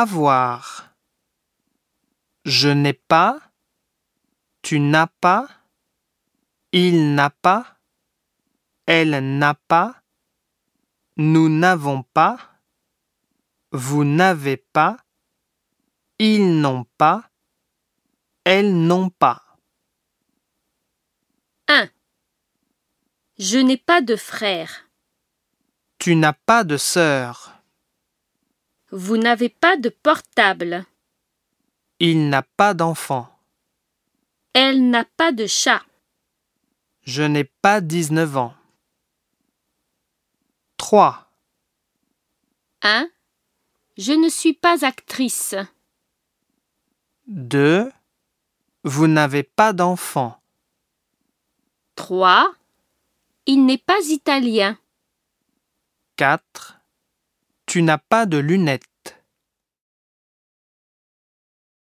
Avoir. Je n'ai pas. Tu n'as pas. Il n'a pas. Elle n'a pas. Nous n'avons pas. Vous n'avez pas. Ils n'ont pas. Elles n'ont pas. 1. Je n'ai pas de frère. Tu n'as pas de sœur. Vous n'avez pas de portable. Il n'a pas d'enfant. Elle n'a pas de chat. Je n'ai pas 19 ans. 3. 1. Je ne suis pas actrice. 2. Vous n'avez pas d'enfant. 3. Il n'est pas italien. 4. Tu n'as pas de lunettes.